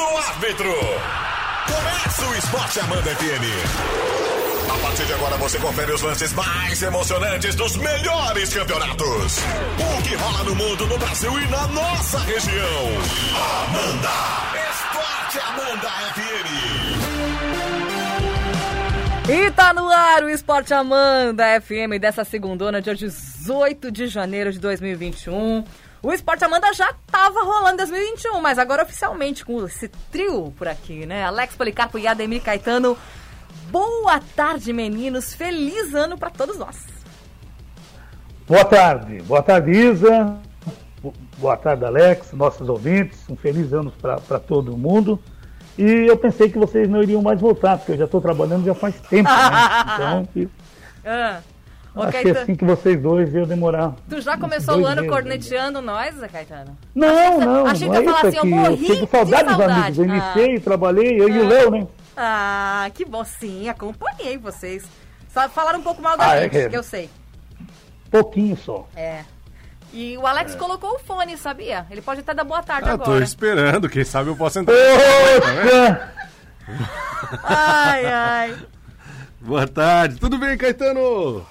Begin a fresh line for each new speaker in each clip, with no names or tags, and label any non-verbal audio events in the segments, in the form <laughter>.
árbitro. Começa o Esporte Amanda FM. A partir de agora você confere os lances mais emocionantes dos melhores campeonatos. O que rola no mundo, no Brasil e na nossa região. Amanda. Esporte Amanda FM.
E tá no ar o Esporte Amanda FM dessa segundona, dia 18 de janeiro de 2021. O Esporte Amanda já tava rolando em 2021, mas agora oficialmente com esse trio por aqui, né? Alex Policarpo e Ademir Caetano. Boa tarde, meninos. Feliz ano para todos nós.
Boa tarde. Boa tarde, Isa. Boa tarde, Alex, nossos ouvintes. Um feliz ano para todo mundo. E eu pensei que vocês não iriam mais voltar, porque eu já estou trabalhando já faz tempo, <laughs> né? Então, ah, okay, achei tu... assim que vocês dois iam demorar.
Tu já começou o ano meses, corneteando é né? nós, Caetano?
Não, não. Achei que, não, achei que eu falar assim, eu morri eu de saudade. Dos amigos. Eu iniciei, ah. trabalhei, eu ah. e o Léo, né?
Ah, que bom, sim, acompanhei vocês. Só falaram um pouco mal da ah, gente, é, é. que eu sei.
Pouquinho só.
É. E o Alex é. colocou o fone, sabia? Ele pode até dar boa tarde ah, agora.
Tô esperando, quem sabe eu posso entrar.
ai, ai.
Boa tarde, tudo bem, Caetano?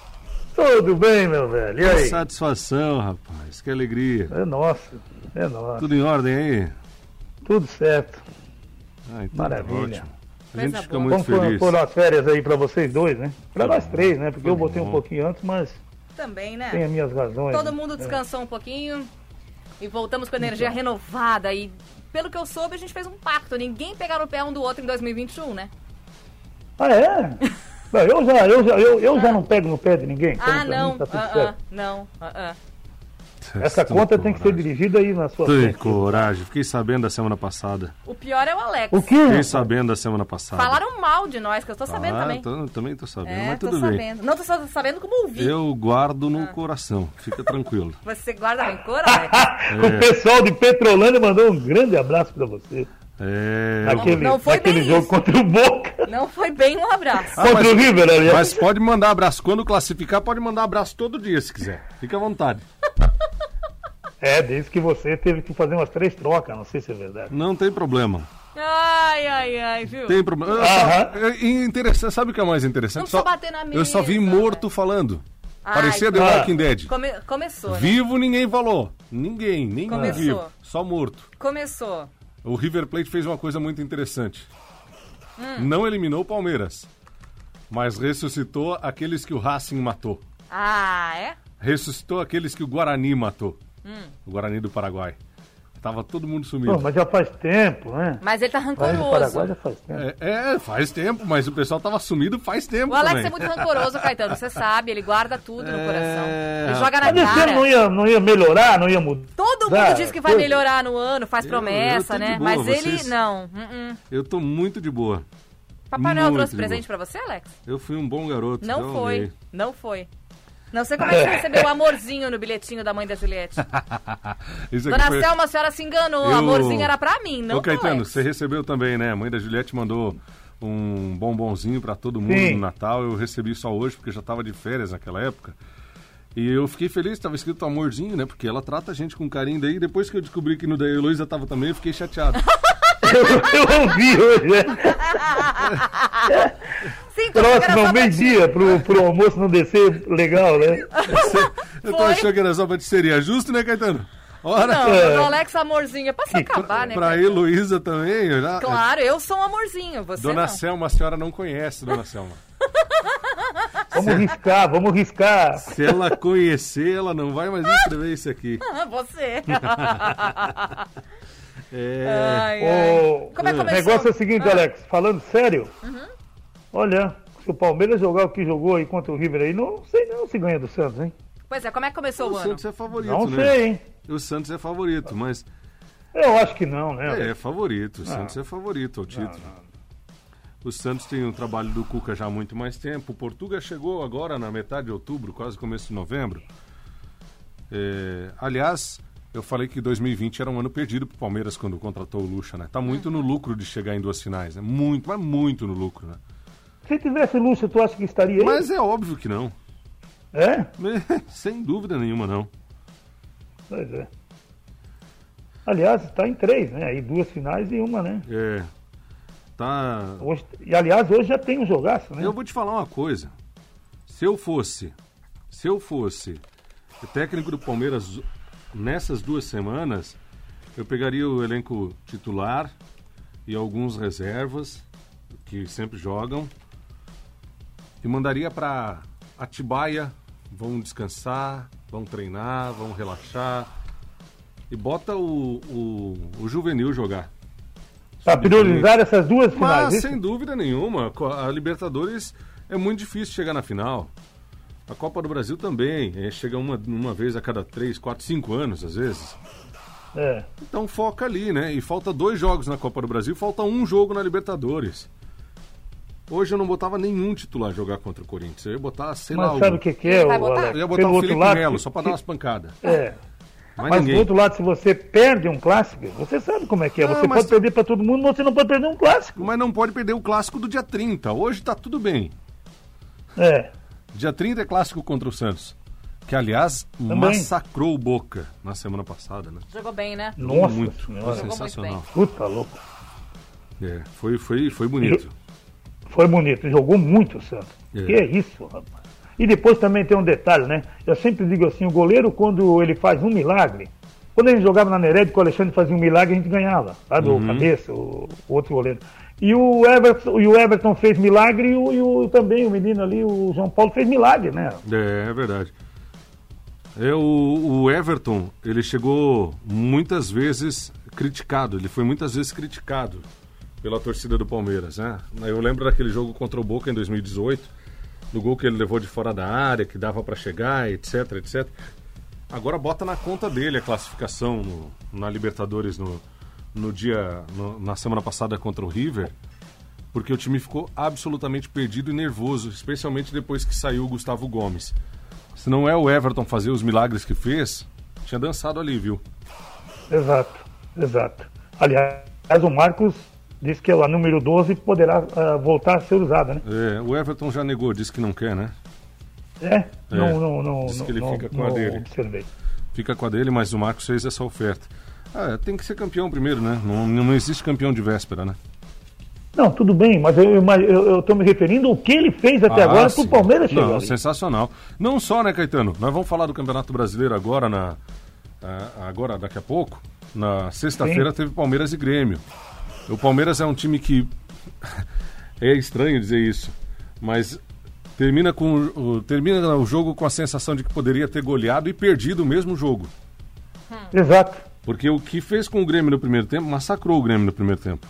Tudo bem, meu velho. E aí?
Que satisfação, rapaz, que alegria.
É nosso, é nosso.
Tudo em ordem aí?
Tudo certo.
Ah, então
Maravilha. Tá
a gente Coisa fica boa. muito Vamos
Vamos
feliz.
pôr as férias aí pra vocês dois, né? Pra tá nós três, né? Porque tá eu botei bom. um pouquinho antes, mas
<laughs> também, né?
Tem as minhas razões.
Todo mundo descansou é. um pouquinho e voltamos com energia então. renovada. E pelo que eu soube, a gente fez um pacto. Ninguém pegar no pé um do outro em 2021, né?
Ah,
<laughs>
é? não, eu já, eu já, eu, eu ah. já não pego no pé de ninguém.
Ah, não. Mim, tá uh -uh. Não, uh
Essa Estou conta tem coragem. que ser dirigida aí na sua
é Tem coragem. Fiquei sabendo da semana passada.
O pior é o Alex.
O quê?
Fiquei sabendo da semana passada.
Falaram mal de nós, que eu estou sabendo ah, também.
Tô, também estou sabendo, é, mas tudo bem. Sabendo.
Não, tô sabendo como ouvir.
Eu guardo no ah. coração. Fica tranquilo.
você guarda rancor,
Alex? é. O pessoal de Petrolândia mandou um grande abraço para você.
É,
naquele, não, não foi naquele bem jogo isso. contra o Boca.
Não foi bem um abraço.
Ah, contra mas, o River, aliás.
Mas pode mandar abraço. Quando classificar, pode mandar abraço todo dia, se quiser. Fica à vontade.
É, desde que você teve que fazer umas três trocas, não sei se é verdade.
Não tem problema.
Ai, ai, ai, viu?
Tem problema. Uhum. É interessante, sabe o que é mais interessante? Não
só bater na mesa,
Eu só vi morto né? falando. Ai, Parecia The ah. Walking Dead.
Come... começou. Né?
Vivo ninguém falou. Ninguém, nem começou. vivo. Só morto.
Começou.
O River Plate fez uma coisa muito interessante. Hum. Não eliminou o Palmeiras, mas ressuscitou aqueles que o Racing matou.
Ah, é?
Ressuscitou aqueles que o Guarani matou. Hum. O Guarani do Paraguai. Tava todo mundo sumido. Pô,
mas já faz tempo, né?
Mas ele tá rancoroso.
Paraguai já faz tempo.
É, é, faz tempo, mas o pessoal tava sumido faz tempo.
O Alex
também.
é muito rancoroso, Caetano, você sabe, ele guarda tudo é... Tá no coração. Ele joga na mas cara.
Não ia, não ia melhorar, não ia mudar.
Todo mundo diz que vai coisa. melhorar no ano, faz eu, promessa, eu né? Boa, mas vocês... ele não. Uh -uh.
Eu tô muito de boa.
Papai Noel trouxe presente para você, Alex?
Eu fui um bom garoto.
Não, não foi, amei. não foi. Não sei como é que você recebeu o amorzinho no bilhetinho da mãe da <laughs> Juliette.
é
Dona foi... Selma, a senhora se enganou. O eu... amorzinho era pra mim, não Ô,
Caetano, Alex. você recebeu também, né? A mãe da Juliette mandou um bombonzinho para todo mundo Sim. no Natal. Eu recebi só hoje, porque eu já tava de férias naquela época. E eu fiquei feliz, estava escrito amorzinho, né? Porque ela trata a gente com carinho. Daí, depois que eu descobri que no da Heloísa tava também, eu fiquei chateado.
<laughs>
eu, eu ouvi hoje. Sim, Próximo ao meio-dia, pro, pro almoço não descer legal, né?
Eu tô Foi? achando que era só pra seria justo, né, Caetano?
Ora, não, é. o Alex amorzinho é pra se acabar,
pra,
né?
Pra Heloísa também, eu já...
Claro, eu sou um amorzinho, você
Dona
não.
Selma, a senhora não conhece, Dona Selma.
Vamos riscar, vamos riscar.
Se ela conhecer, ela não vai mais escrever isso aqui.
<laughs> Ah, você.
<laughs> É...
Ai, ai. O... Como é que começou? negócio é o seguinte, ah. Alex, falando sério, uhum. olha, se o Palmeiras jogar o que jogou aí contra o River aí, não sei não se ganha do Santos, hein?
Pois é, como é que começou o, o
ano? O Santos é favorito,
Não
né?
sei, hein?
O Santos é favorito, mas...
Eu acho que não, né?
É, é favorito, o Santos não. é favorito ao título. Não, não. O Santos tem o trabalho do Cuca já há muito mais tempo. O Portuga chegou agora na metade de outubro, quase começo de novembro. É... aliás, eu falei que 2020 era um ano perdido para o Palmeiras quando contratou o Lucha, né? Tá muito no lucro de chegar em duas finais, né? Muito, mas muito no lucro, né?
Se tivesse Lucha, tu acha que estaria aí?
Mas é óbvio que não. <laughs>
É?
Sem dúvida nenhuma, não.
Pois tá é. Aliás, está em três, né? Aí duas finais e uma, né?
É. Tá.
Hoje, e aliás, hoje já tem um jogaço, né?
Eu vou te falar uma coisa. Se eu fosse, se eu fosse técnico do Palmeiras nessas duas semanas, eu pegaria o elenco titular e alguns reservas que sempre jogam e mandaria para Atibaia, vão descansar, vão treinar, vão relaxar e bota o, o, o juvenil jogar.
Para priorizar essas duas finais.
Mas
isso?
sem dúvida nenhuma, a Libertadores é muito difícil chegar na final. A Copa do Brasil também, é, chega uma, uma vez a cada três, quatro, cinco anos às vezes.
É.
Então foca ali, né? E falta dois jogos na Copa do Brasil, falta um jogo na Libertadores. Hoje eu não botava nenhum titular jogar contra o Corinthians. Eu ia botar, sei
Mas
lá,
sabe
o...
o que, que é,
Vai
o
botar?
Alex?
eu ia botar
Pelo
o
outro
Felipe
lado,
Melo,
se-
só pra dar umas pancadas.
É.
Mas,
Mas do
ninguém.
outro lado, se você perde um clássico, você sabe como é que é.
Ah,
Você
mas-
pode perder para todo mundo, mas você não pode perder um clássico.
Mas não pode perder o clássico do dia 30. Hoje tá tudo bem.
É.
Dia 30 é clássico contra o Santos. Que, aliás, massacrou o Boca na semana passada, né?
Jogou bem, né?
Nossa
muito. Foi
senhora.
muito
sensacional.
Puta louco.
É, foi, foi, foi bonito.
Foi bonito, jogou muito o Santos.
É.
Que é isso, rapaz. E depois também tem um detalhe, né? Eu sempre digo assim, o goleiro, quando ele faz um milagre, quando ele jogava na Nered, que o Alexandre fazia um milagre, a gente ganhava. Sabe?
Uhum.
O cabeça, o, o outro goleiro. E o Everton, e o Everton fez milagre e, o, e o- também o menino ali, o João Paulo, fez milagre, né?
É, é verdade. É, o, o Everton, ele chegou muitas vezes criticado, ele foi muitas vezes criticado pela torcida do Palmeiras, né? Eu lembro daquele jogo contra o Boca em 2018, do gol que ele levou de fora da área, que dava pra chegar, etc, etc. Agora bota na conta dele a classificação no- na Libertadores no, no dia no- na semana passada contra o River, porque o time ficou absolutamente perdido e nervoso, especialmente depois que saiu o Gustavo Gomes. Se não é o Everton fazer os milagres que fez, tinha dançado ali, viu?
Exato, exato. Aliás, o Marcos disse que é a número 12 poderá ah, voltar a ser usada, né?
É, o Everton já negou, disse que não quer, né?
É? Não, não, não,
Diz
não,
que ele
não,
fica com a
não
dele.
observei.
Fica com a dele, mas o Marcos fez essa oferta. Ah, tem que ser campeão primeiro, né? Não, não existe campeão de véspera, né?
Não, tudo bem, mas eu estou eu, eu tô me referindo ao que ele fez até
Ah,
agora para
sim.
o Palmeiras chegar
Não,
ali.
sensacional. Não só, né, Caetano? Nós vamos falar do Campeonato Brasileiro agora, na, a- agora daqui a pouco. Na sexta-feira teve Palmeiras e Grêmio. O Palmeiras é um time que. <laughs> é estranho dizer isso, mas termina, com, o- termina o jogo com a sensação de que poderia ter goleado e perdido o mesmo jogo.
Exato.
Porque o que fez com o Grêmio no primeiro tempo, massacrou o Grêmio no primeiro tempo.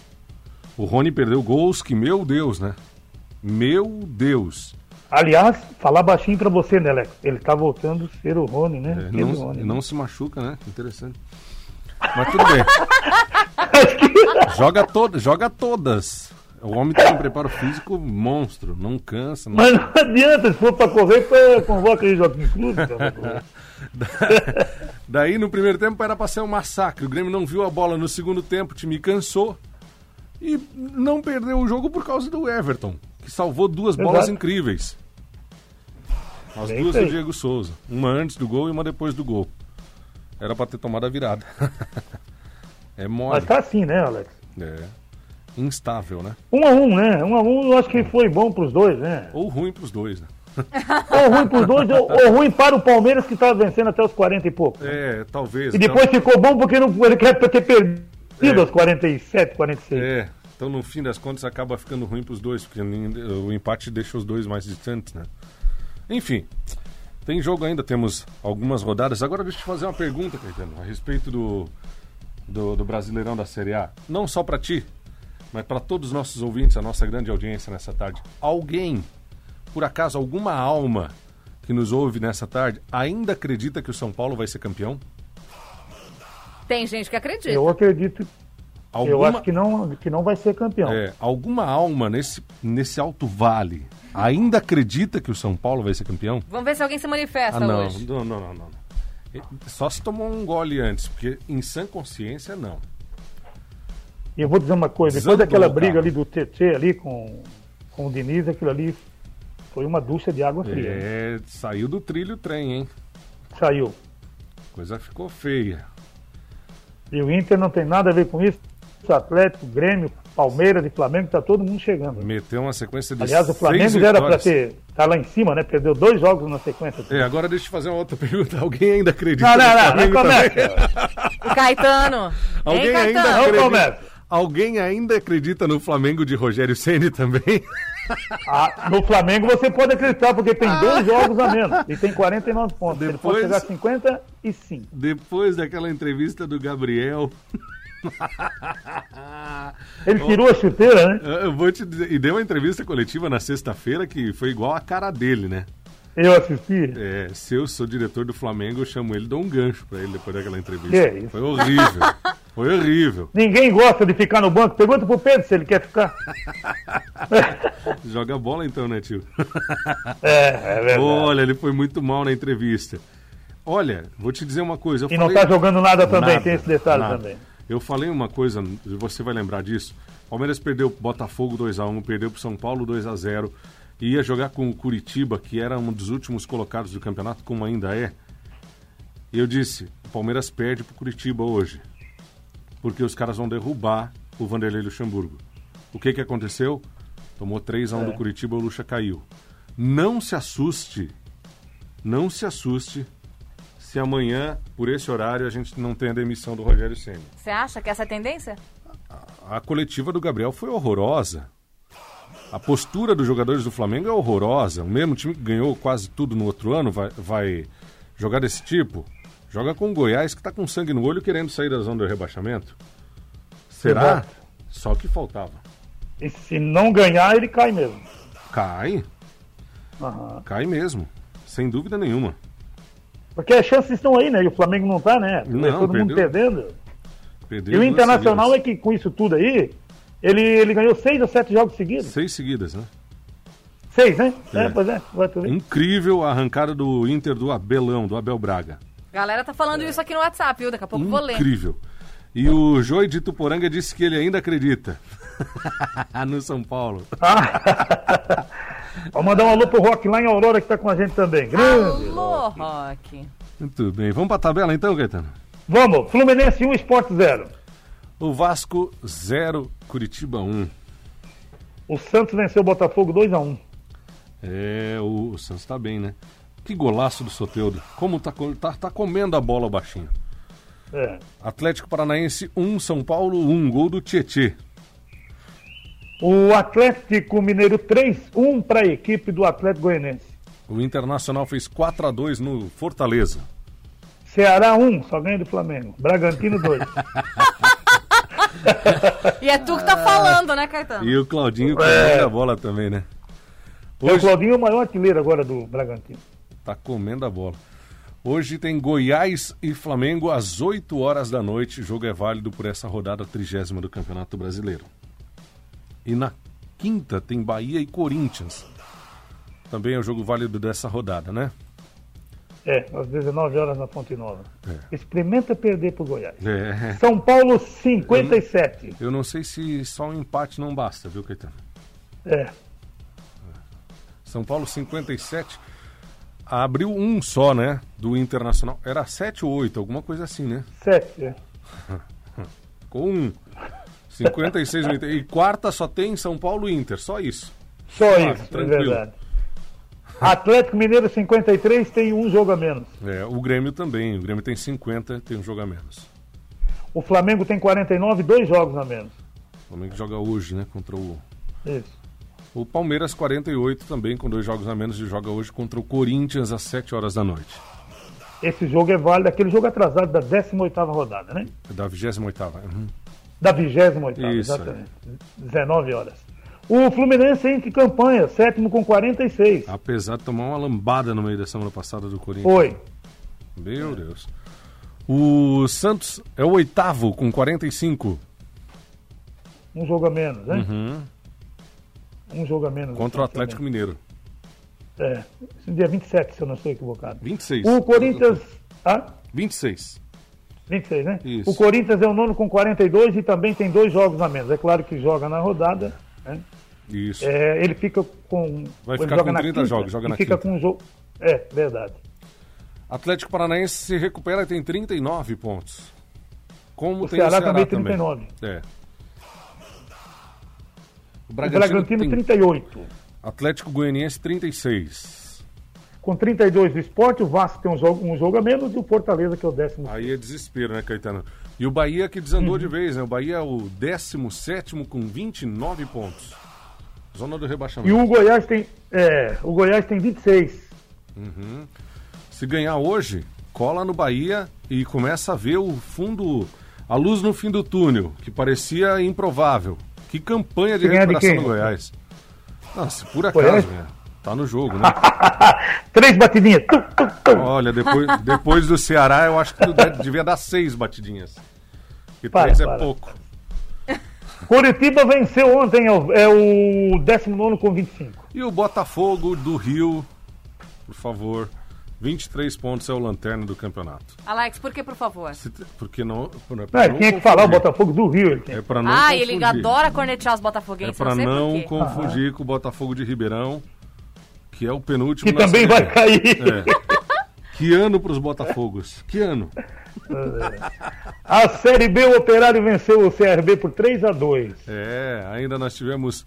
O Rony perdeu gols que, meu Deus, né? Meu Deus.
Aliás, falar baixinho para você, né, Alex? Ele tá voltando a ser o Rony, né?
É,
Aquele
não,
Rony.
não se machuca, né? Interessante. Mas tudo bem. joga, to joga todas. O homem tem um preparo físico monstro. Não cansa. Não...
Mas não adianta, se for para correr, pô, convoca aí o Joaquim Cruz. então, né? cara,
<laughs>
pô.
Daí, no primeiro tempo, era pra ser um massacre. O Grêmio não viu a bola no segundo tempo. O time cansou. E não perdeu o jogo por causa do Everton, que salvou duas bolas
Exato.
incríveis. As
É
duas
isso aí.
do Diego Souza. Uma antes do gol e uma depois do gol. Era pra ter tomado a virada. <laughs> é mole.
Mas tá assim, né, Alex?
É. Instável, né?
Um a um, né? Um a um eu acho que foi bom para os dois, né?
Ou ruim pros dois, né?
Ou ruim para os dois, ou, ou ruim para o Palmeiras que estava vencendo até os 40 e pouco.
É, talvez.
E depois ficou bom porque não ele quer ter perdido
É.
aos 47, 46.
Então, é. Então, no fim das contas, acaba ficando ruim pros dois, porque nem- o empate deixa os dois mais distantes, né? Enfim, tem jogo ainda, temos algumas rodadas. Agora deixa eu te fazer uma pergunta, Caetano, a respeito do, do, do Brasileirão da Série A. Não só pra ti, mas pra todos os nossos ouvintes, a nossa grande audiência nessa tarde. Alguém, por acaso, alguma alma que nos ouve nessa tarde, ainda acredita que o São Paulo vai ser campeão?
Tem gente que
É.
acredita.
Eu acredito,
Alguma...
eu acho que não, que não vai ser campeão.
É, alguma alma nesse, nesse alto vale ainda acredita que o São Paulo vai ser campeão?
Vamos ver se alguém se manifesta
Ah, não.
hoje.
Não, não, não, não. Só se tomou um gole antes, porque em sã consciência, não.
E eu vou dizer uma coisa, depois
Zandou,
daquela briga
cara.
ali do TT ali com, com o Diniz, aquilo ali foi uma ducha de água fria. né?
É, saiu do trilho o trem, hein? É.
Saiu.
Coisa ficou feia.
E o Inter não tem nada a ver com isso. Atlético, Grêmio, Palmeiras e Flamengo, tá todo mundo chegando.
Meteu uma sequência de
Aliás, o
seis
Flamengo já era para
vitórias.
ter. tá lá em cima, né? Perdeu dois jogos na sequência.
É, agora deixa eu fazer uma outra <laughs> pergunta. Alguém ainda acredita
Não, é? não,
no
não, não
Flamengo também?
começa.
O
<laughs>
Caetano.
Alguém
hein,
ainda
Caetano?
acredita?
Não começa.
Alguém ainda acredita no Flamengo de Rogério Ceni também?
Ah, no Flamengo você pode acreditar, porque tem dois jogos a menos. E tem 49 pontos. Ele
Depois-
pode chegar a 55.
Depois daquela entrevista do Gabriel,
Ele tirou a chuteira, né?
eh, eu vou te dizer, e deu uma entrevista coletiva na sexta-feira que foi igual a cara dele, né?
Eu assisti.
É, se eu sou diretor do Flamengo, eu chamo ele, dou um gancho pra ele depois daquela entrevista.
Que é isso?
Foi horrível. Foi horrível.
Ninguém gosta de ficar no banco. Pergunta pro Pedro se ele quer ficar.
Joga bola então, né, tio?
É,
<laughs>
é verdade.
Olha, ele foi muito mal na entrevista. Olha, vou te dizer uma coisa. eu
E não
falei-
tá jogando nada também,
Nada,
tem esse detalhe
nada.
também.
Eu falei uma coisa, você vai lembrar disso. Palmeiras perdeu pro Botafogo 2x1, perdeu pro São Paulo 2x0. E ia jogar com o Curitiba, que era um dos últimos colocados do campeonato, como ainda é. E eu disse, o Palmeiras perde pro Curitiba hoje. Porque os caras vão derrubar o Vanderlei Luxemburgo. O que que aconteceu? Tomou 3x1
É.
do Curitiba, o Luxa caiu. Não se assuste, não se assuste se amanhã, por esse horário, a gente não tem a demissão do Rogério Ceni.
Você acha que essa é a tendência?
A coletiva do Gabriel foi horrorosa. A postura dos jogadores do Flamengo é horrorosa. O mesmo time que ganhou quase tudo no outro ano vai, vai jogar desse tipo. Joga com o Goiás que está com sangue no olho querendo sair da zona do rebaixamento. Será?
Exato.
Só que faltava.
E se não ganhar, ele cai mesmo.
Cai,
Aham.
cai mesmo. Sem dúvida nenhuma.
Porque as chances estão aí, né? E o Flamengo não tá, né?
Não,
Todo mundo
perdeu.
perdendo.
Perdeu
E o
duas
Internacional é
seguidas.
que com isso tudo aí, ele, ele ganhou seis ou sete jogos seguidos.
Seis seguidas, né?
Seis, né?
É.
É, pois é. Vai tu ver.
Incrível a arrancada do Inter do Abelão, do Abel Braga.
Galera tá falando isso aqui no WhatsApp, viu? Daqui a pouco eu vou ler.
É. Incrível. E o Joey de Tuporanga disse que ele ainda acredita. <laughs> no São Paulo.
Ah. Vou mandar um alô pro Rock lá em Aurora que tá com a gente também. Grande.
Alô, Rock.
Muito bem. Vamos pra tabela então, Caetano?
Vamos, Fluminense 1, Sport 0.
O Vasco 0, Curitiba 1.
O Santos venceu o Botafogo 2x1.
É, o, o Santos tá bem, né? Que golaço do Soteudo. Como tá, co- tá, tá comendo a bola baixinho.
É.
Atlético Paranaense 1, São Paulo 1. Gol do Tietê.
O Atlético Mineiro 3-1 para a equipe do Atlético Goianense.
O Internacional fez 4 a 2 no Fortaleza.
Ceará 1, só ganha do Flamengo. Bragantino
<laughs>
2.
E é tu que tá falando, né, Caetano?
E o Claudinho comendo a bola também, né?
o Claudinho é o maior artilheiro agora do Bragantino.
Tá comendo a bola. Hoje tem Goiás e Flamengo às 8 horas da noite. O jogo é válido por essa rodada trigésima do Campeonato Brasileiro. E na quinta tem Bahia e Corinthians. Também é o jogo válido dessa rodada, né?
É, às 19 horas na Fonte Nova. Experimenta perder pro Goiás.
É.
São Paulo 57.
Eu não sei se só um empate não basta, viu, Caetano?
É.
São Paulo 57. Abriu um só, né? Do Internacional. Era 7 ou 8, alguma coisa assim, né?
7. é.
Com um. 56 no Inter. E quarta só tem São Paulo e Inter, só isso.
Só
Ah,
isso, é
tranquilo.
verdade. Atlético Mineiro 53 tem um jogo a menos.
É, o Grêmio também. O Grêmio tem 50, tem um jogo a menos.
O Flamengo tem 49, dois jogos a menos.
O Flamengo joga hoje, né? Contra o.
Isso.
O Palmeiras 48 também, com dois jogos a menos, e joga hoje contra o Corinthians às 7 horas da noite.
Esse jogo é válido, aquele jogo atrasado da 18ª rodada, né?
É Da 28 uhum.
Da 28ª,
Isso,
exatamente. 19 horas. O Fluminense entra em campanha, sétimo com 46.
Apesar de tomar uma lambada no meio da semana passada do Corinthians.
Foi.
Meu Deus. O Santos é o oitavo com 45
Um jogo a menos, né? Um jogo a menos.
Uhum. contra o Atlético Mineiro.
É. Esse é dia 27, se eu não estou equivocado.
26.
O Corinthians... Ah,
26.
26, né?
Isso.
O Corinthians é o nono com 42 e também tem dois jogos a menos. É claro que joga na rodada, né?
Isso.
É, ele fica com.
Vai
ele
ficar
joga
com
na
30
quinta
jogos, joga
e
na
fica
quinta.
com um jogo. É, verdade.
Atlético Paranaense se recupera e tem 39 pontos. Como
O
tem
Ceará
o Ceará
também
também.
39.
É.
O Bragantino, o Bragantino 38.
Atlético Goianiense 36.
Com 32 do esporte, o Vasco tem um jogo, um jogo a menos e o Fortaleza, que é o décimo.
Aí é desespero, né, Caetano? E o Bahia que desandou
Uhum.
de vez, né? O Bahia é o 17 com 29 pontos. Zona do rebaixamento.
E o Goiás tem. É, o Goiás tem 26.
Uhum. Se ganhar hoje, cola no Bahia e começa a ver o fundo. A luz no fim do túnel, que parecia improvável. Que campanha de
Se ganhar de
recuperação
quem?
do Goiás. Nossa, por
Goiás?
acaso, né? Tá no
<laughs>
jogo, né?
Três batidinhas. Tum, tum, tum.
Olha, depois, depois do Ceará, eu acho que tu deve- devia dar seis batidinhas. Porque
Para,
três é
para.
pouco.
Curitiba venceu ontem, é o- é o 19 com 25.
E o Botafogo do Rio, por favor. 23 pontos é o lanterna do campeonato.
Alex, por que, por favor?
Se tr- Porque não. é
Não,
pra
ele
não
tinha que falar o
confundir.
Botafogo do Rio. Ele tinha.
É pra não
ah, ele
confundir.
adora cornetear os
É
botafoguenses,
pra
não sei
não
por quê.
confundir com o Botafogo de Ribeirão, que é o penúltimo.
Que
na
também
Série B. É.
vai cair.
Que ano pros Botafogos? Que ano?
<laughs> A Série B, o Operário venceu o CRB por 3 a 2
É, ainda nós tivemos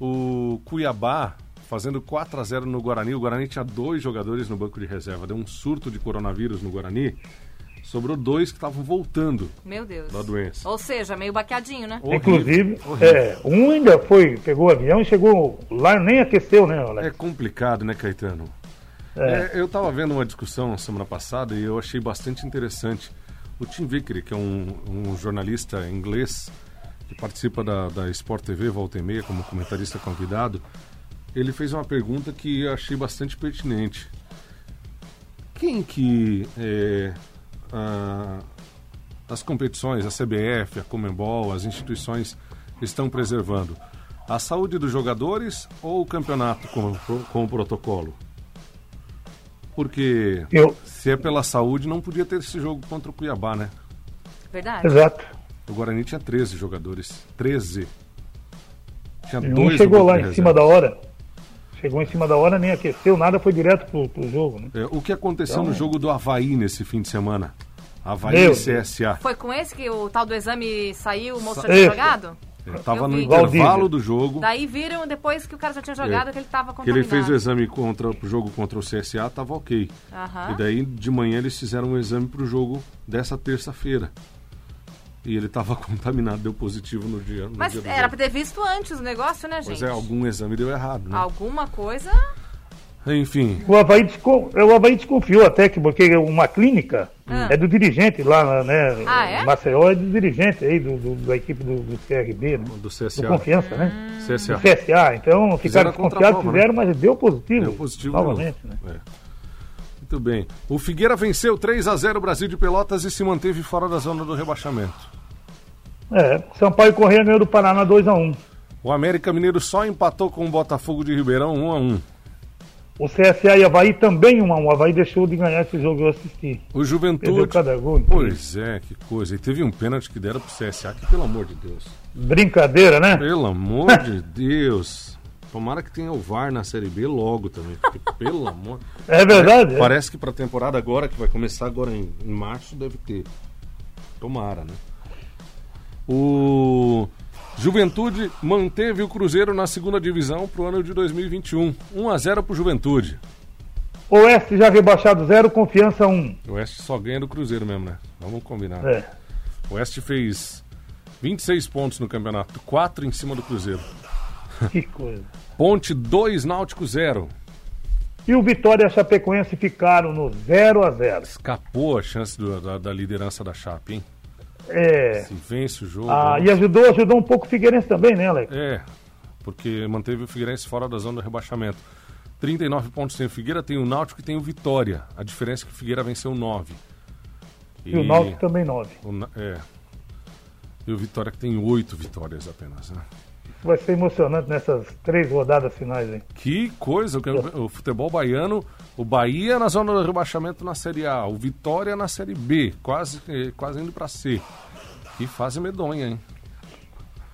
o Cuiabá fazendo 4 a 0 no Guarani. O Guarani tinha dois jogadores no banco de reserva. Deu um surto de coronavírus no Guarani. Sobrou dois que estavam voltando
Meu Deus.
da doença.
Ou seja, meio baqueadinho, né?
Horrível,
Inclusive,
horrível.
é, um ainda foi, pegou o avião e chegou lá, nem aqueceu, né, Alex?
É complicado, né, Caetano? É, eu estava vendo uma discussão semana passada e eu achei bastante interessante. O Tim Vickery, que é um, um jornalista inglês que participa da, da Sport TV Volta e Meia como comentarista convidado, ele fez uma pergunta que eu achei bastante pertinente. Quem que é, a- as competições, a CBF, a Comembol, as instituições estão preservando? A saúde dos jogadores ou o campeonato com, com o protocolo? Porque
Eu,
se é pela saúde, não podia ter esse jogo contra o Cuiabá, né?
Verdade.
exato.
O Guarani tinha 13 jogadores. 13. Tinha
E Um
dois
chegou
no banco
lá
de
em
reserva.
cima da hora. Chegou em cima da hora, nem aqueceu, nada foi direto pro, pro jogo, né?
É, o que aconteceu no jogo do Havaí nesse fim de semana? Havaí
Meu
e CSA.
Foi com esse que o tal do exame saiu, o moço já
Sa-
tinha
Esse.
jogado?
É, tava
Eu
no
vi.
intervalo
Valdívia.
do jogo.
Daí viram, depois que o cara já tinha jogado, que ele tava
É. Que
contaminado.
ele fez o exame contra o jogo contra o CSA, tava ok.
Aham.
E daí de manhã eles fizeram um exame pro jogo dessa terça-feira. E ele tava <laughs> contaminado, deu positivo no dia. No
Mas
dia do
era
jogo.
pra ter visto antes o negócio, né, gente?
Pois é, algum exame deu errado, né?
Alguma coisa...
Enfim,
O Havaí, descon- o Havaí desconfiou até que, porque uma clínica
Ah.
é do dirigente lá, né?
Ah, é?
Maceió é do dirigente aí, do, do- da equipe do, do CRB, né?
do
do
CSA.
Confiança, né?
CSA.
Do CSA. Então
Fizeram
ficaram
a
desconfiados,
contraprova, né?
fizeram, mas deu positivo.
Deu positivo de
novamente, né?
novo. É. Muito bem. O Figueira venceu 3 a 0 o Brasil de Pelotas e se manteve fora da zona do rebaixamento.
É, Sampaio Correia ganhou do Paraná 2x1.
O América Mineiro só empatou com o Botafogo de Ribeirão 1 a 1.
O CSA e Havaí também 1x1. O Havaí deixou de ganhar esse jogo, eu assisti.
O
Perdeu
Juventude
cada um. gol.
Pois é, que coisa. E teve um pênalti que deram pro CSA, que pelo amor de Deus.
Brincadeira, né?
Pelo amor de Deus. Tomara que tenha o VAR na Série B logo também. Porque, pelo amor.
É <laughs> verdade. é.
Parece que pra temporada agora, que vai começar agora em, em março, deve ter. Tomara, né? O Juventude manteve o Cruzeiro na segunda divisão pro ano de 2021. 1 a 0 pro Juventude.
Oeste já rebaixado 0, confiança 1.
O Oeste só ganha do Cruzeiro mesmo, né? Vamos combinar.
É. <laughs>
O Oeste fez 26 pontos no campeonato, 4 em cima do Cruzeiro.
Que coisa.
Ponte 2, Náutico 0.
E o Vitória e a Chapecoense ficaram no 0x0.
Escapou a chance do- da, da liderança da Chape, hein?
É.
Se vence o jogo.
Ah, e ajudou, ajudou um pouco o Figueirense também, né, Alex?
É, porque manteve o Figueirense fora da zona do rebaixamento. 39 pontos tem o Figueira, tem o Náutico e tem o Vitória. A diferença é que o Figueira venceu 9.
E o Náutico também 9.
o Na- é. E o Vitória que tem 8 vitórias apenas, né?
Vai ser emocionante nessas três rodadas finais, hein?
Que coisa, o que- é o futebol baiano, o Bahia na zona do rebaixamento na Série A, o Vitória na Série B, quase, eh, quase indo pra C. Que fase medonha, hein?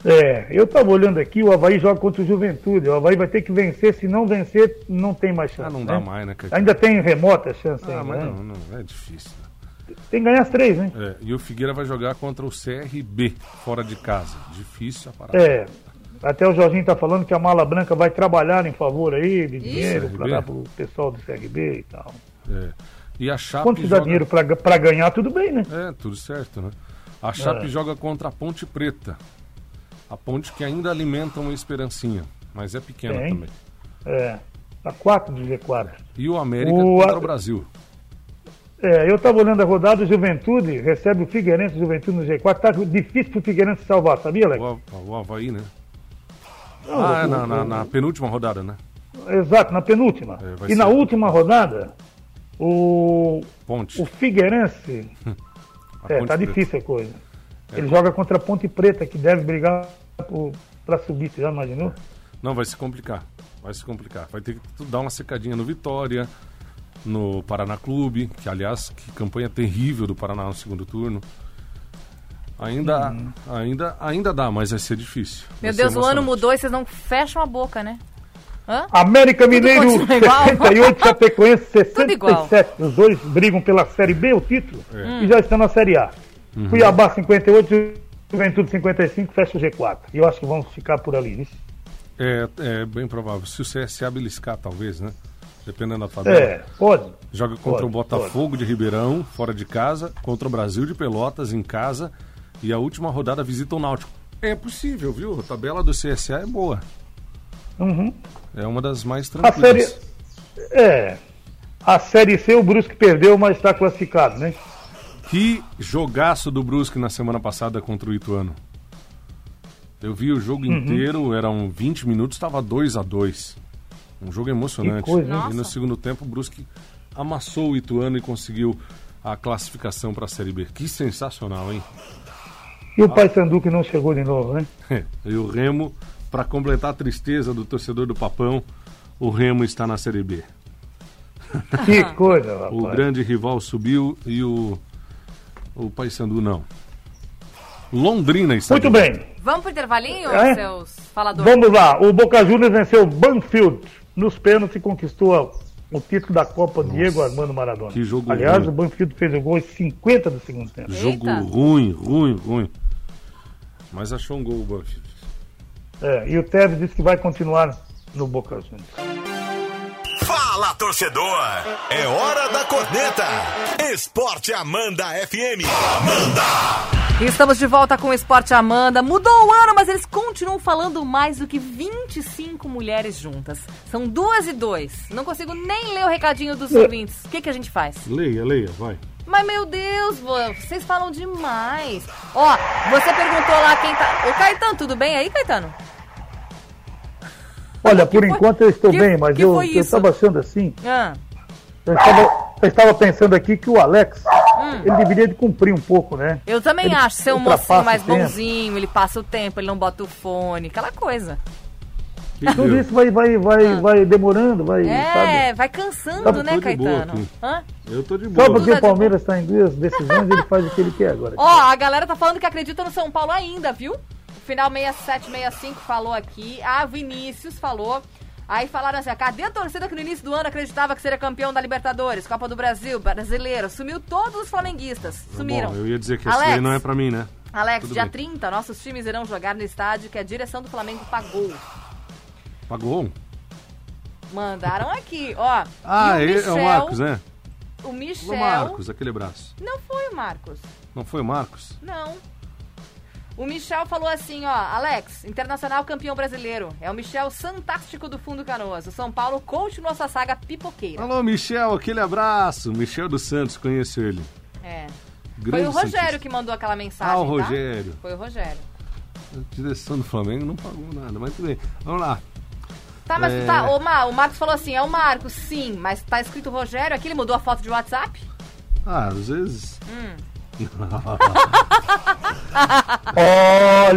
É, eu tava olhando aqui, o Havaí joga contra o Juventude. O Havaí vai ter que vencer, se não vencer, não tem mais chance.
Ah, não
né?
dá mais, né, Caetano?
Ainda tem remota chance
Ah,
ainda,
mas
né?
não, não, é difícil. né?
Tem que ganhar as três, né?
É, e o Figueira vai jogar contra o CRB, fora de casa. Difícil a parada.
É. Até o Jorginho está falando que a mala branca vai trabalhar em favor aí de
Isso.
dinheiro para
CRB?
dar pro pessoal do CRB e tal.
É. E a Chape
Quanto se dá
joga-
dinheiro para ganhar, tudo bem, né?
É, tudo certo, né? A
É.
Chape joga contra a Ponte Preta. A ponte que ainda alimenta uma esperancinha, mas é pequena
Tem.
também.
É. Tá 4 do G4.
E o América
O
contra
a-
o Brasil.
É, eu estava olhando a rodada, o Juventude recebe o Figueirense, o Juventude no G4. Tá difícil pro Figueirense se salvar, sabia, Alex?
O, Ha- o Havaí, né? Ah, é na, na- na penúltima rodada, né?
Exato, na penúltima.
É, vai
e na
ser.
última rodada, o,
Ponte.
o Figueirense.
a
É,
Ponte
tá
Preta.
difícil a coisa.
É.
Ele joga contra a Ponte Preta, que deve brigar para subir, você já imaginou?
Não, vai se complicar. Vai se complicar. Vai ter que tu dar uma secadinha no Vitória, no Paraná Clube, que aliás, que campanha terrível do Paraná no segundo turno. Ainda,
Uhum.
ainda, ainda dá, mas vai ser difícil. Vai
Meu
ser
Deus, o ano
emocionante.
mudou e vocês não fecham a boca, né?
América Mineiro
continua
<laughs>
igual.
68, Chapecoense
Tudo igual.
67. Os dois brigam pela Série B, o título, e já estão na Série A. Cuiabá 58, Juventude 55, fecha o G4. E eu acho que vamos ficar por ali. viu?
É, é bem provável. Se o CSA beliscar, talvez, né? Dependendo da tabela.
É, pode.
Joga contra
Pode,
o Botafogo de Ribeirão, fora de casa, contra o Brasil de Pelotas, em casa, e a última rodada visita o Náutico. É possível, viu? A tabela do CSA é boa.
Uhum.
É uma das mais
A
tranquilas.
série. É. A série C, o Brusque perdeu, mas está classificado, né?
Que jogaço do Brusque na semana passada contra o Ituano. Eu vi o jogo
Uhum.
inteiro, eram 20 minutos, estava 2 a 2 Um jogo emocionante.
Que coisa, hein?
e no
Nossa.
segundo tempo, o Brusque amassou o Ituano e conseguiu a classificação para a Série B. Que sensacional, hein?
E o Paysandu que não chegou de
<laughs>
novo, né?
É, E o Remo, para completar a tristeza do torcedor do Papão, o Remo está na Série B.
Que coisa,
O
rapaz.
grande rival subiu e o, o Paysandu não. Londrina está
Muito
de
bem.
Vamos pro intervalinho,
É?
seus faladores?
Vamos lá, o Boca Juniors venceu o Banfield nos pênaltis e conquistou o título da Copa Diego Armando Maradona.
que jogo
Aliás,
ruim.
o Banfield fez o gol aos 50 do segundo tempo.
Jogo
Eita.
ruim, ruim, ruim. Mas achou um gol o Banfield.
É, e o Tevez disse que vai continuar no Boca Juniors.
Fala, torcedor! É hora da corneta! Esporte Amanda FM.
E Estamos de volta com o Esporte Amanda. Mudou o ano, mas eles continuam falando mais do que 25 mulheres juntas. São duas e dois. Não consigo nem ler o recadinho dos É. ouvintes. O que, que a gente faz?
Leia, leia, vai.
Mas, meu Deus, vô, vocês falam demais. Ó, você perguntou lá quem tá... Ô, Caetano, tudo bem aí, Caetano?
Olha, por
Que foi-
enquanto eu estou
que-
bem, mas
que
eu
foi
eu
isso?
estava achando assim,
Ah,
eu estava, eu estava pensando aqui que o Alex, ele deveria de cumprir um pouco, né?
Hum. eu também
Ele
acho. Ser um
ultrapassa
mocinho mais
o tempo.
bonzinho, ele passa o tempo, ele não bota o fone, aquela coisa.
Que
Tudo
deu.
isso vai, vai, vai, vai demorando, vai, sabe?
Ah. É, vai cansando,
Tá,
né,
tô de boa
Caetano?
aqui.
Hã?
Eu tô de
Só
boa.
porque
Tudo é
o Palmeiras está em duas decisões, ele faz o que ele quer agora.
Ó, a galera tá falando que acredita no São Paulo ainda, viu? O Final 6765 falou aqui, a Vinícius falou. Aí falaram assim: ó, cadê a torcida que no início do ano acreditava que seria campeão da Libertadores, Copa do Brasil, brasileiro? Sumiu todos os flamenguistas. Sumiram.
Bom, eu ia dizer que
Alex,
esse daí não é pra mim, né?
Alex,
Tudo
dia
bem.
30, nossos times irão jogar no estádio que a direção do Flamengo pagou.
Pagou um.
Mandaram aqui, ó.
Ah,
e o
é, é
Michel,
o Marcos, né?
O
O
Michel.
Marcos, aquele braço.
Não foi o Marcos.
Não foi o Marcos?
Não. O Michel falou assim, ó, Alex, internacional campeão brasileiro. É o Michel Santástico do Fundo Canoas. O São Paulo continua sua saga pipoqueira.
Alô, Michel, aquele abraço. Michel dos Santos, conheço ele.
É. Foi
Grande
o Rogério
Santista.
que mandou aquela mensagem,
Ah, o
tá?
Rogério.
Foi o Rogério.
A direção do Flamengo não pagou nada, mas tudo bem. Vamos lá.
Tá, mas
É.
tá, ô, Ma, o Marcos falou assim, é o Marcos, sim, mas tá escrito Rogério aqui, ele mudou a foto de WhatsApp?
Ah, às vezes.
Hum.
<laughs>
Olha!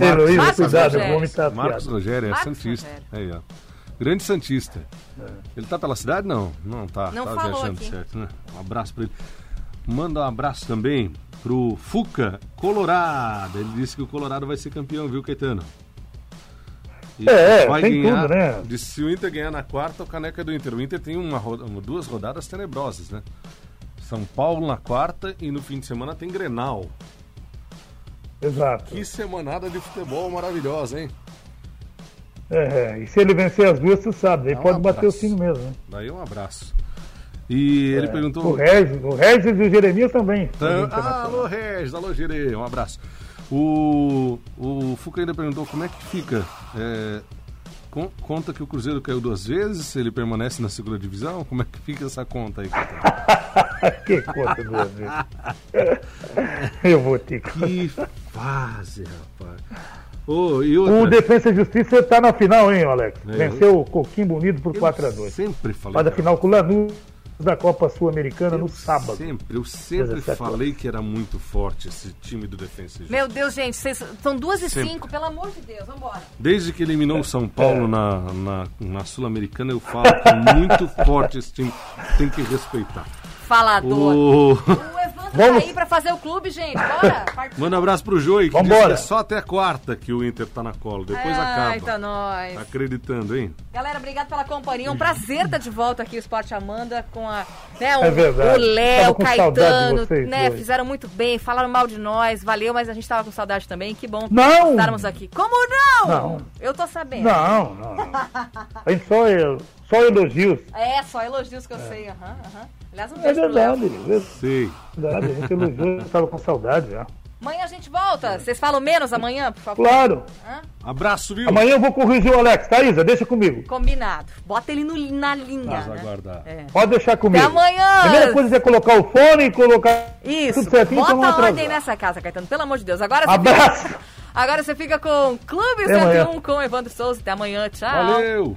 Heloísa,
Marcos
cuidado,
Rogério.
o homem tá
Marcos
afiado.
Rogério é
Marcos
Santista.
Rogério.
Aí, ó. Grande Santista.
É.
Ele tá pela cidade? Não, não tá.
Não
tá
falou
viajando
aqui.
certo, né? Um abraço pra ele. Manda um abraço também pro Fuca Colorado. Ele disse que o Colorado vai ser campeão, viu, Caetano? E
É, tem tudo, né?
Disse que se o Inter ganhar na quarta, o caneca é do Inter. O Inter tem uma roda- duas rodadas tenebrosas, né? São Paulo na quarta e no fim de semana tem Grenal.
Exato.
Que semanada de futebol maravilhosa, hein?
É, e se ele vencer as duas, você sabe, ele
Dá um
pode bater o
abraço.
time mesmo. Né?
Daí um abraço. E ele perguntou.
O Regis, o Regis e o Jeremias também.
Tan- Ah, alô, Regis, alô, Gire, um abraço. O, o Fuca ainda perguntou como é que fica. É, con- conta que o Cruzeiro caiu duas vezes, ele permanece na segunda divisão? Como é que fica essa conta aí? Catá?
que conta do Brasil. <laughs> Eu vou ter que.
<laughs> Que fase, rapaz. Ô, e outra,
O Defensa e Justiça tá na final, hein, Alex?
É.
Venceu o Coquim Bonito por
eu
4x2.
Sempre falei.
Faz a
cara,
final com o Lanús da Copa Sul-Americana no
eu
sábado.
Sempre, eu sempre
17
falei que era muito forte esse time do Defensa. e Justiça.
Meu Deus, gente, vocês são duas e
Sempre.
cinco, pelo amor de Deus, vambora.
Desde que eliminou o São
É.
Paulo na, na, na Sul-Americana, eu falo que
<laughs>
é muito forte esse time. Tem que respeitar.
Falador.
O...
O Evandro
Vamos.
tá aí pra fazer o clube, gente. Bora!
<laughs>
Partiu.
Manda um abraço pro Joey, que
Vambora.
disse que é só até a quarta que o Inter tá na cola. Depois acaba.
Ai, tá nóis.
Tá acreditando, hein?
Galera, obrigado pela companhia. Um prazer estar de volta aqui, o Esporte Amanda, com a, né, o,
É
o
verdade.
Léo,
Tava
o
com saudade
Caetano,
de vocês
né?
dois.
Fizeram muito bem, falaram mal de nós, valeu, mas a gente tava com saudade também. Que bom
Não!
estarmos aqui. Como não?
Não.
Eu tô sabendo.
Não, não, não. A gente só, é, só elogios.
É, só elogios que eu sei. Aham, aham. Aliás, um
É
beijo pro Léo.
verdade, é verdade.
Sei.
A gente elogiou, eu tava com saudade já.
Amanhã a gente volta. Vocês falam menos amanhã, por favor?
É. Claro.
Abraço, viu?
Amanhã eu vou corrigir o Alex. Thaísa, deixa comigo.
Combinado. Bota ele no- na linha.
Vamos
né?
aguardar.
É.
Pode deixar comigo.
Até amanhã.
Primeira coisa é colocar o fone e colocar
Isso.
tudo certinho
Bota
pra não atrasar.
ordem nessa casa, Caetano. Pelo amor de Deus. Agora você fica-
Abraço.
Agora você fica com Clube
Até amanhã.
101 com Evandro Souza. Até amanhã. Tchau.
Valeu!